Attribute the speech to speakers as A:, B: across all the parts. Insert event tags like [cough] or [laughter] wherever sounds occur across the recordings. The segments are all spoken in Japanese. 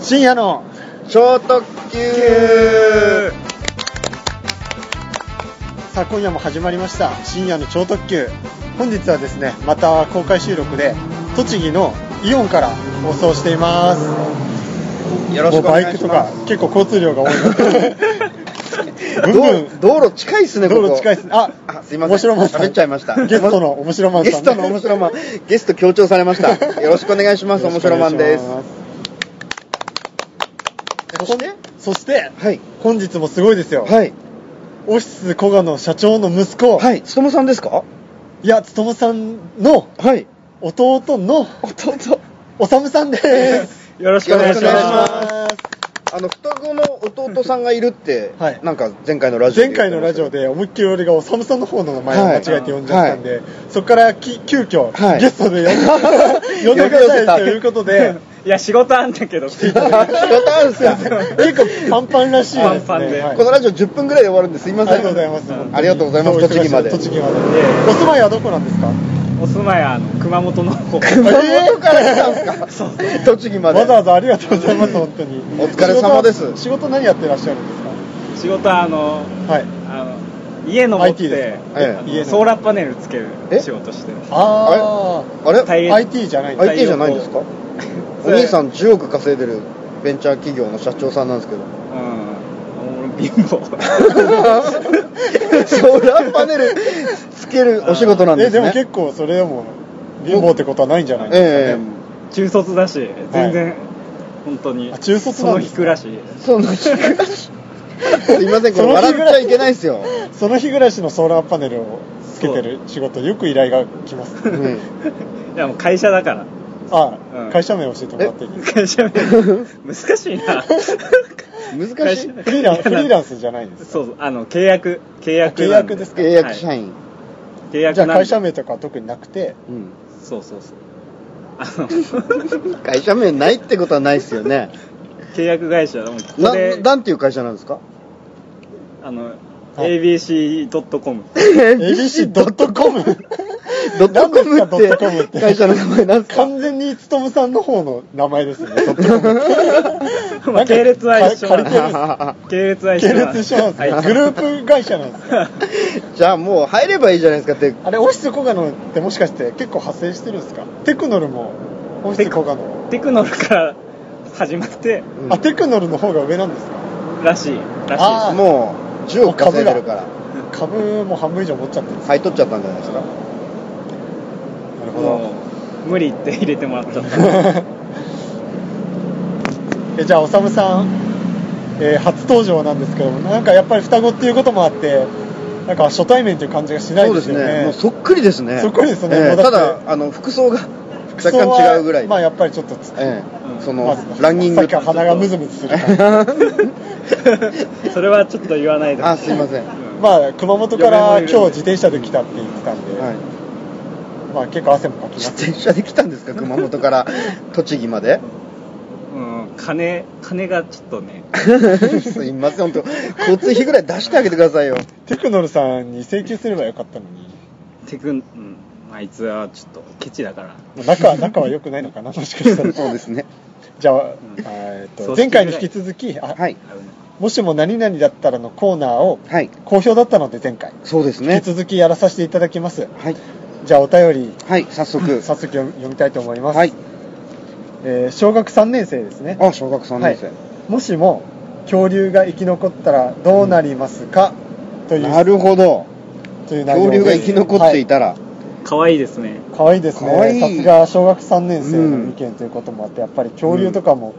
A: 深夜の超特急さあ今夜も始まりました深夜の超特急本日はですねまた公開収録で栃木のイオンから放送しています
B: よろしく
A: も
B: お
A: う
B: 願
A: バイ
B: い
A: ク
B: し
A: と
B: ま
A: か
B: す。
A: 結構交通量が多いの
B: [laughs]
A: でブンブン
B: 道道路近いですね、ここ。
A: 道路近いですねあ
B: あ、すいません。
A: 面白マンさん
B: 喋っちゃいました。
A: ゲストの面白マンさん
B: ゲストの面白マン。ゲスト強調されま
A: [laughs]
B: した。よろしくお願いします。面白マンです。
A: そしてそして
B: はい。
A: 本日もすごいですよ、
B: はい。
A: オフィス古賀の社長の息子、、
B: はいい。つともさんですか
A: や勉さんの
B: はい。
A: 弟の
B: 弟。
A: おさむさんです
C: [laughs] よろしくお願いし
B: よろしくお願い
C: ま
B: しあの、双子の弟さんがいるって、
A: はい
B: なんか前回のラジオで
A: 前回の
B: [laughs]
A: ラジオで思いっきり俺がおさむさんの方の名前を間違えて呼んじゃったんで、そこからき急遽、
B: はい
A: ゲストで呼んで呼んでくださいということ
C: [laughs]
A: で
C: す。いや、仕事あん
A: [laughs]
C: だけど、来ていただいて。
B: 仕事あるんすよ。
A: 結構パンパンらしいですね
C: パンパンで
A: はい
B: このラジオ10分ぐらいで終わるんですいません。
A: ありがとうございます
C: うん
B: ありがとうございます
A: そう
B: 栃木まで
A: 栃木までお住まいはどこなんですか
C: お住まいは、あの、熊本の方。
B: 熊本から来たんすか、栃木まで。
A: わざわざありがとうございます本当に
B: お疲れ様です
A: 仕事は仕事何やってらっしゃるんですか
C: 仕事は、あの、
A: はい
C: あの、家の持っ
A: IT で
C: て
A: す、
B: かええ
C: あ
A: 家の
C: のソーラーパネルつける
B: え
C: 仕事してる。
A: あ
B: あれ
C: 大変
A: あ IT じゃないん
C: は
A: で
C: い
B: IT じゃないんですかお兄さん10億稼いでるベンチャー企業の社長さんなんですけ [laughs]
A: [laughs]
B: ど
C: うん。俺貧乏。
B: ソーラーパネルつけるお仕事なん
A: す
B: です
A: えで
B: ね
A: も結構それでも貧乏ってことはないんじゃないですか
B: え
C: 中卒だし、全然、本当に。
A: あ中卒
C: そ
A: な
C: の
A: んです
C: 日
A: か
C: 暮らし。
B: そんなすいませんこれ笑っちゃいけないです [laughs] よ、
A: [laughs] その日暮らしのソーラーパネルをつけてる仕事よく依頼が来ます
B: うん、
C: いや、もう会社だから。
A: あ
C: うん
A: 会社名教えてもらっていいですか [laughs]
C: 会社名。難しいな。
B: 難しい
A: フリーラン
B: [laughs]
A: フリーランスじゃないんです
C: そうそう、あの、契約、契約
A: あ
C: なん。
A: 契約ですか
B: 契約社員、
C: はい。契約
A: じゃあ
C: なんで
A: 会社名とかは特になくて
B: うん
C: そうそうそう。あの、契
B: 会社名ないってことはないですよね
C: 約会社、もうここ
B: な
C: で、
B: なんていう会社なんですか
C: あの、
A: はい
C: abc.com。
A: abc.com
B: ドットコム
A: 何ですか .com
B: っ
A: って
B: て会社の名前なんですか
A: 完全につとむさんの方の名前です
B: [laughs]
A: ね
C: まあ、系列は一緒
A: 借り
C: なん
A: てるんです
C: で
A: か
C: す。系
A: [laughs]
C: 列は一
A: 系
C: 緒な
A: 列
C: んで
A: 一
C: す。
A: 緒なんですね、
C: はい
A: グループ会社なんですね
B: じゃあもう入ればいいじゃないですかって
A: あれオフィスコガノってもしかして結構派生してるんですかテクノルもオフィスコガノ
C: テクノルから始まって、
B: うん
A: あテクノルの方が上なんですから
C: しい、らし
A: あ
C: い
B: もう10億稼いでるから
A: 株も半分以上持っちゃってる [laughs]
B: 買い取っちゃったんじゃないですか
A: なる
C: で
A: ほ
C: す。も
A: ど
C: う、無理言って入れても
A: [laughs]
C: らっちゃった。
A: えじゃあおさむさん、えー初登場なんですけどもなんかやっぱり双子っていうこともあってなんか初対面という感じがしない
B: そう
A: で
B: ですす
A: よ
B: ね、
A: ね
B: もうそっくりですね、
A: そっくりですね
B: ええ
A: もうだ
B: た
A: って
B: だあの、服装が
A: 服
B: 若
A: 装は
B: 干違うぐらい、
A: まあやっぱりちょっとつ
B: え
C: うん
B: え、その、
A: まあ
B: ランニング
A: さっきから鼻が
B: [laughs]
A: ムズムズする感
C: それはちょっと言わないで。
B: あすいません、
C: う
B: は
C: ん
A: まあ熊本から今
C: 嫁もいるん
A: 日自
C: で
A: 転車で来たって言ってたんで、
B: い、
A: まあ結構汗もかきま
B: 自
A: す
B: 転車で来たんですか、熊本から栃木まで、 [laughs]
C: うん、金、金がちょっとね、
B: すいません、本当、交通費ぐらい出してあげてくださいよ、
A: テクノルさんに請求すればよかったのに
C: テク、うん、あいつはちょっとケチだから。
A: まあ仲
B: [laughs]
A: は仲は良くないのかなもしかしたら
B: そうですね、
A: じゃあ、えーっと
C: そう
A: 前回に引き続きあ、
B: はい、
A: もしも何々だったらのコーナーを
B: はい、
A: 好評だったので前回
B: そうです
A: 引き
B: ね、
A: 続きやらさせていただきます
B: はい、
A: じゃあお便り
B: はい、早速、
A: 早速読み読みたいと思います、
B: はい、
A: えー小学3年生ですね
B: あ小学3年生、
A: はいもしも恐竜が生き残ったらどうなりますか、という
B: なるほど、
A: という内容
B: 恐
A: です
B: 竜が生き残っていたら、
C: 可愛いですね。
A: 可愛いです
B: 可
A: ね
B: 愛い
A: さすが小学3年生の意見ということもあって、やっぱり恐竜とかも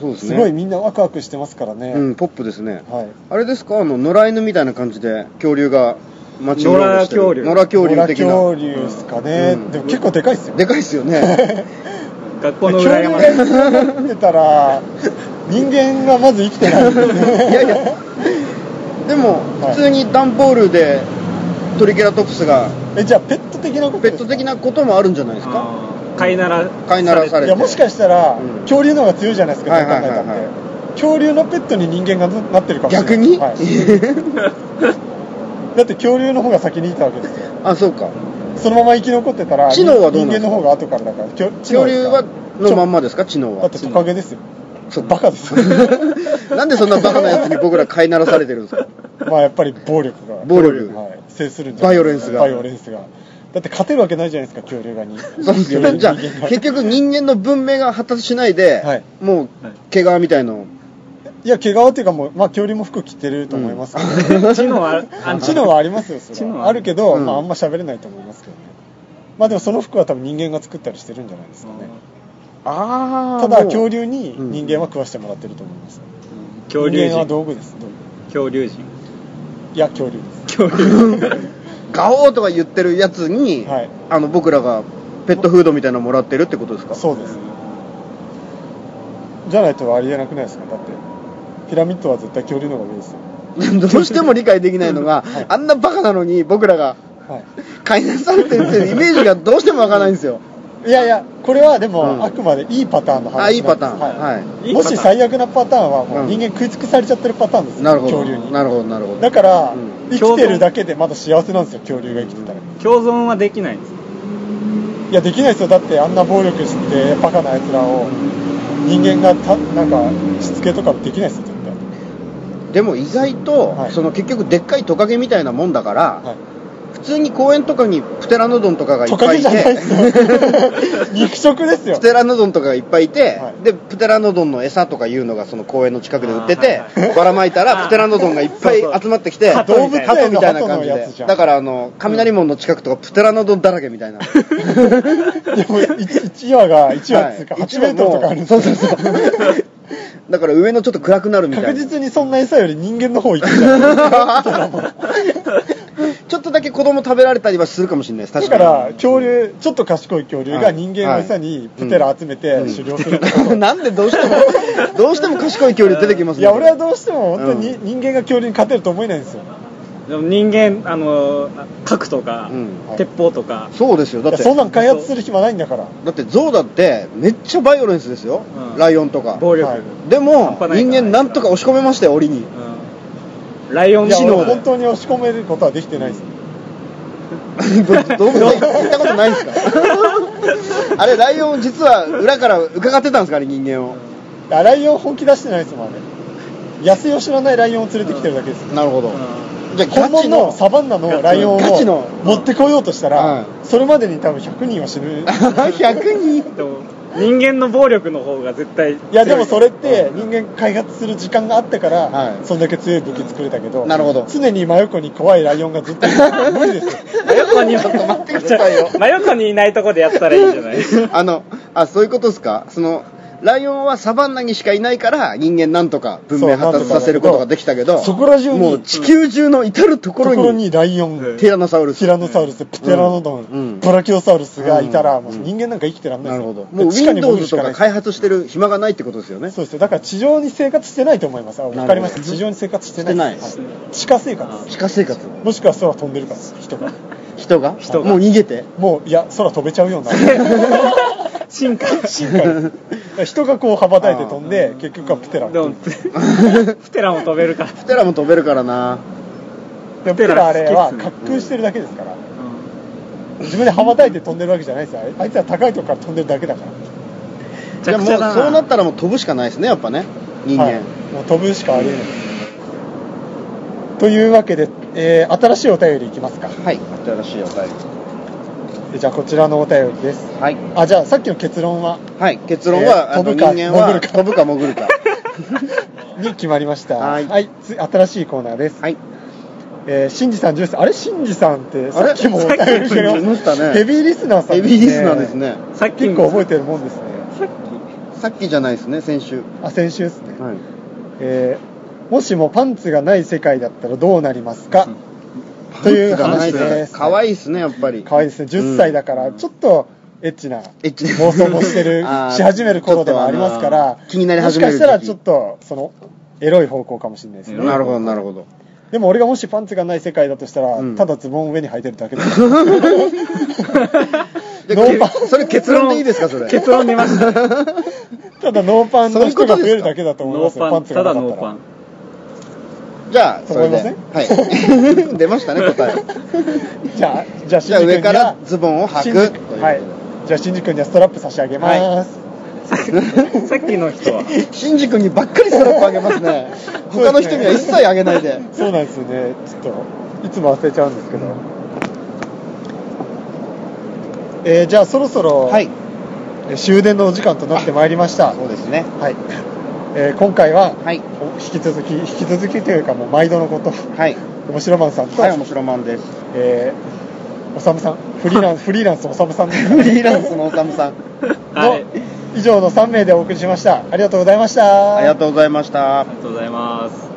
B: そうです
A: す
B: ね、
A: ごいみんなワクワクしてますからね、
B: うん、ポップですね。
A: はい
B: あれですかあの野良犬みたいな感じで恐竜が街をうろうろしてる
C: 野良恐
B: 野
C: 竜
B: 良恐竜的
A: 野良恐
B: な
A: 竜ですかね、
B: うん
A: でも結構でかいっすよ
B: でかいですよ
A: [laughs]
B: ね
C: 学校
A: 恐
C: の
A: 竜が
C: 裏
A: 生
C: 山
A: き残ってたら人間がまず生きてないんです
B: い
A: ね
B: やいやでも
A: はい
B: 普通に段ボールでトリケラトプスが
A: [laughs] えじゃあペット的なこと
B: ペ
A: です
B: ッ
A: か
B: ト的なこともあるんじゃないですか
C: あー飼い
A: [laughs]
C: なら
B: 飼いならさ
A: い
B: れて
A: やもしかしたら、
B: うん
A: 恐竜の方が強いじゃないですか、
B: は
A: ど
B: いう
A: 考
B: は
A: え
B: いはいは
A: た
B: い
A: って、恐竜のペットに人間がなってるかもしれな
B: 逆
A: い
B: に、
A: はいだって恐竜の方が先にいたわけですよ
B: [laughs] あそうか
A: そのまま生き残ってたら
B: 知能はどうな
A: 人
B: んですか
A: 間の方が後からだから恐
B: 恐竜はのまんまですか知能
A: だっ
B: は
A: てトカゲですよそう [laughs] バカです
B: [laughs] なんでそんなバカなやつに僕ら飼いならされてるんですか
A: まあやっぱり暴力が
B: 暴力
A: はい、制するんじゃない
B: バイオレンスが
A: バイオレンスがだって勝てるわけないじゃないですか恐竜側に
B: そうですよね。じゃあ、結局人間の文明が発達しないで、
A: はい
B: もう
C: はい、
B: 毛皮みたいの。
A: いや毛皮っていうかもう、まあ、恐竜も服着てると思いますけど、
C: 知能はあ
A: 知能はありますよそ
C: 知
A: れ
C: 能
A: は
C: は
A: あるけど、
B: うん
A: まあ、あんま喋れないと思いますけどねまあでもその服は多分人間が作ったりしてるんじゃないですかね
B: あ
A: ただ恐竜に
B: うん
A: 人間は食わしてもらってると思います、
C: 恐竜
A: 人間は道
C: 人
A: 具です道
C: 恐竜人
A: 具いや恐竜です
C: 恐竜人
B: ガオーとか言ってるやつに、
A: はい
B: あの、僕らがペットフードみたいなのもらってるってことですか
A: そうですじゃないとありえなくないですかだってピラミッドは絶対恐竜の方が上ですよ、
B: どうしても理解できないのが、あんなバカなのに僕らが
A: は
B: 改善されてるっていうイメージがどうしてもわからないんですよ。
A: い、いやいやこれはでも、
B: うん
A: あくまでいいパターンの話
B: あいいパターン
A: なんです
C: はい
A: もし最悪なパターンはもう
B: うん
A: 人間食い尽くされちゃってるパターンですよ、
B: [laughs] なるほど。
A: 恐竜に
B: なるほど、なるほど。
A: だから、
B: うん
A: 生きてるだけでまだ幸せなんですよ恐竜が生きてたら
C: 共存はできないんです
A: いやできないですよだってあんな暴力してバカな奴らを人間がたなんかしつけとかできないですよ絶対
B: でも意外と、
A: はい
B: その結局でっかいトカゲみたいなもんだから、
A: はい
B: 普通に公園とかにプテラノドンとかがい
A: ト
B: っ
A: カ
B: ぱ
A: ゲ
B: いい
A: じゃない
B: て
A: です
B: [laughs]
A: よ肉食ですよ
B: プテラノドンとかがいっぱいいて、
A: はい
B: でプテラノドンの餌とかいうのがその公園の近くで売ってて
C: あーはい
B: ばらまいた
C: あ
B: ら
C: ー
B: プテラノドンがいっぱい
C: そうそう
B: 集まってきて
A: 鳩動物園の
B: 鳩みたいな感じ
A: 鳩のやつじ
B: で
A: ゃん
B: だからあの雷門の近くとかプテラノドンだらけみた
A: [laughs]
B: いな
A: いやもう1話が1話っつうか
B: はい
A: 8メートルとかあるんです
B: そうそうそうだから上のちょっと暗くなるみたいな
A: 確実 [laughs] にそんな餌より人間の方行くじゃない
B: [laughs] ちょっとだけ子供食べられたりはするかもしれないです
A: だ
B: 確
A: か
B: から
A: 恐竜ちょっと賢い恐竜が人間の餌にプテラ集めて
B: うん
A: 狩猟するとか、
B: に [laughs] なんでどうしてもどうしても賢い恐竜出てきます
A: い
B: ね
A: や俺はどうしても本当に
B: う
A: 人間が恐竜に勝てると思えないんですよ、
C: でも人間あの核とか、
B: うん
C: 鉄砲とか、
B: そうですよだ
A: い
B: っ
A: や
B: て
A: そんなん開発する暇ないんだから
B: だってゾウだってめっちゃバイオレンスですよ、
C: うん
B: ライオンとか
C: 暴力、
A: はい
B: で
C: 半
B: も
C: 端ない
B: 人間なんとか押し込めましたよ
A: [laughs]
B: 檻に
C: うんライオン
A: いや
B: 知能
A: 俺
B: で
A: 本当に押し込めることはできてないです、
B: 僕動物園行ったことないんで
A: [laughs]
B: すかあれライオン実は裏から伺ってたんですかね人間を
A: いやライオン本気出してないですもんあれ安いを知らないライオンを連れてきてるだけですよ
B: なるほど、
C: う
B: じゃあ
A: 本
B: ガチ
A: 物
B: の
A: の
B: [laughs]
A: サバンナのライオンを
B: ガチの
A: 持ってこようとしたら、
B: う
A: それまでに多分100人は死ぬ
B: 100人
C: んでも人間の暴力の方が絶対
A: いやでもそれって人間開発する時間があってから、
B: はい
A: そんだけ強い武器作れたけど、
B: なるほど
A: 常に真横に怖いライオンがずっといるから無理ですよ
C: 真横に
B: ちょっと待ってくださいよ
C: 真横にいないとこでやったらいいんじゃない
B: [laughs] あのあそういうことですかそのライオンはサバンナにしかいないから人間なんとか文明発達させることができたけど
A: そうなんとかだけどそこら中に
B: もう地球中の至る
A: とこ
B: 所
A: ろ
B: に
A: にライオン、
C: うん
B: ティラノサウルス
A: ティラノサウルス、プテラノドン、
B: うん
A: ブラキオサウルスがいたら、
B: うん
A: もう人間なんか生きてらんない
B: な
A: です
B: る
A: よ
B: ほど。もう
A: で地下に潜
B: Windows
A: るし
B: と
A: かない
B: か
A: です
B: 開発してる暇がないってことですよね。
A: そうですよだから地上に生活してないと思いますあわかりまし
B: なる
A: た
B: ほど
A: 地上に生活してないです
B: して
C: ない
A: はい地下生活です
B: 地下生活。
A: もしくは空飛んでるからです人が
B: 人が
C: 人が
B: もう逃げて。
A: もういや空飛べちゃうよう
B: [laughs]
A: な [laughs] 進化進化です人がこう羽ばたいて飛んで結局はプテ [laughs] ラ
C: でも
A: で
C: ププテラも飛べるから、
B: プテラも飛べるからな。
A: もプテラあれは
C: プテラ好き
A: 滑空
C: っすね
A: してるだけですから自分で羽ばたいて飛んでるわけじゃないですよあいあいつは高いとこから飛んでるだけだから
C: めち
B: じ
C: ゃ
B: ゃあ
C: く
B: もう
C: ち
B: そ
C: ゃ
B: う
C: だな
B: なったらもう飛ぶしかないですね、やっぱね。人
A: はい
B: 間。
A: もう飛ぶしかありえないというわけで、えー新しいお便りいきますか
B: はい。新しいお便
A: じゃあこちらのお便りです
B: り。はい。
A: あじゃあさっきの結論は
B: はい。結論は、
A: えー
B: あの
A: 飛ぶ
B: 人
A: か
B: 間は
A: 潜るか
B: 飛ぶか潜
A: [laughs]
B: るか。
A: に決まりました
B: はい
A: つ新しいコーナーです、
B: はい。
A: えー、シンジさんジュースあれシンジさんってさっきもお
B: さ
A: 便
B: っきも
A: りくれ
B: 言いましたね
A: ヘビーリスナーさん
B: ヘビーリスナーですね。
C: さっき
A: 結構覚え
C: て
A: てるもんですね
B: さっきじゃないですね、先週。
A: あ先週ですね、
B: はい。
A: えーもしもパンツがない世界だったらどうなりますか、という話です
B: 可愛いですね、やっぱり。
A: 可愛いですね10歳だからちょっとエッチな
B: エッチな
A: 妄想もしてる
B: [laughs] あー
A: し始める頃ではありますか
B: ちょっ
A: ら
B: とあの気になり始め
A: も
B: る
A: し
B: 時
A: かしたらちょっとそのエロい方向かもしれないですね
B: なるほど、なるほど。
A: でも俺がもしパンツがない世界だとしたら、
B: うん
A: ただズボンを上に履いてるだけです
B: じゃ
A: ノ
B: あ
A: ーパン
B: けそれ結論でいいですか、それ。
C: 結論出ま
B: [laughs]
C: し
A: た
C: た
A: だノーパンの人が増えるだけだと思い
C: ノ
A: ます
C: ー
A: よ
C: パン
A: ツ
C: た
A: がな
C: だ
A: かっ
C: ノ
A: た
C: ー
A: ら
C: パン
B: じゃあ、それで。
A: そう思い
B: はい。 [laughs] 出ましたね、答え。
A: じゃあじゃあ
B: じゃあ
A: 新宿
B: 上からズボンを履く
A: 新宿
B: ということで
A: はいじゃあ新宿にはストラップ差し上げます、
C: ささっきの
A: [laughs]
C: 人は
B: [laughs] 新宿にばっかりストラップあげますね他の人には一切あげないで
A: そうなんですよねちょっといつも忘れちゃうんですけど、えーじゃあそろそろ、
B: はい
A: えー終電のお時間となってまいりました
B: そうですね
A: はい、えー今回は、
B: はい
A: お引き続き引き続きというかもう毎度のこと
B: はい
A: 面白マンさんと、
B: はい面白マンです
A: えーおさむさんフリーラ
B: [laughs]
A: ンスフリーランスおさむさんです
B: フリーランスのおさむさん
A: の
C: はい
A: 以上の3名でお送りしましたありがとうございました
B: ありがとうございました
C: ありがとうございます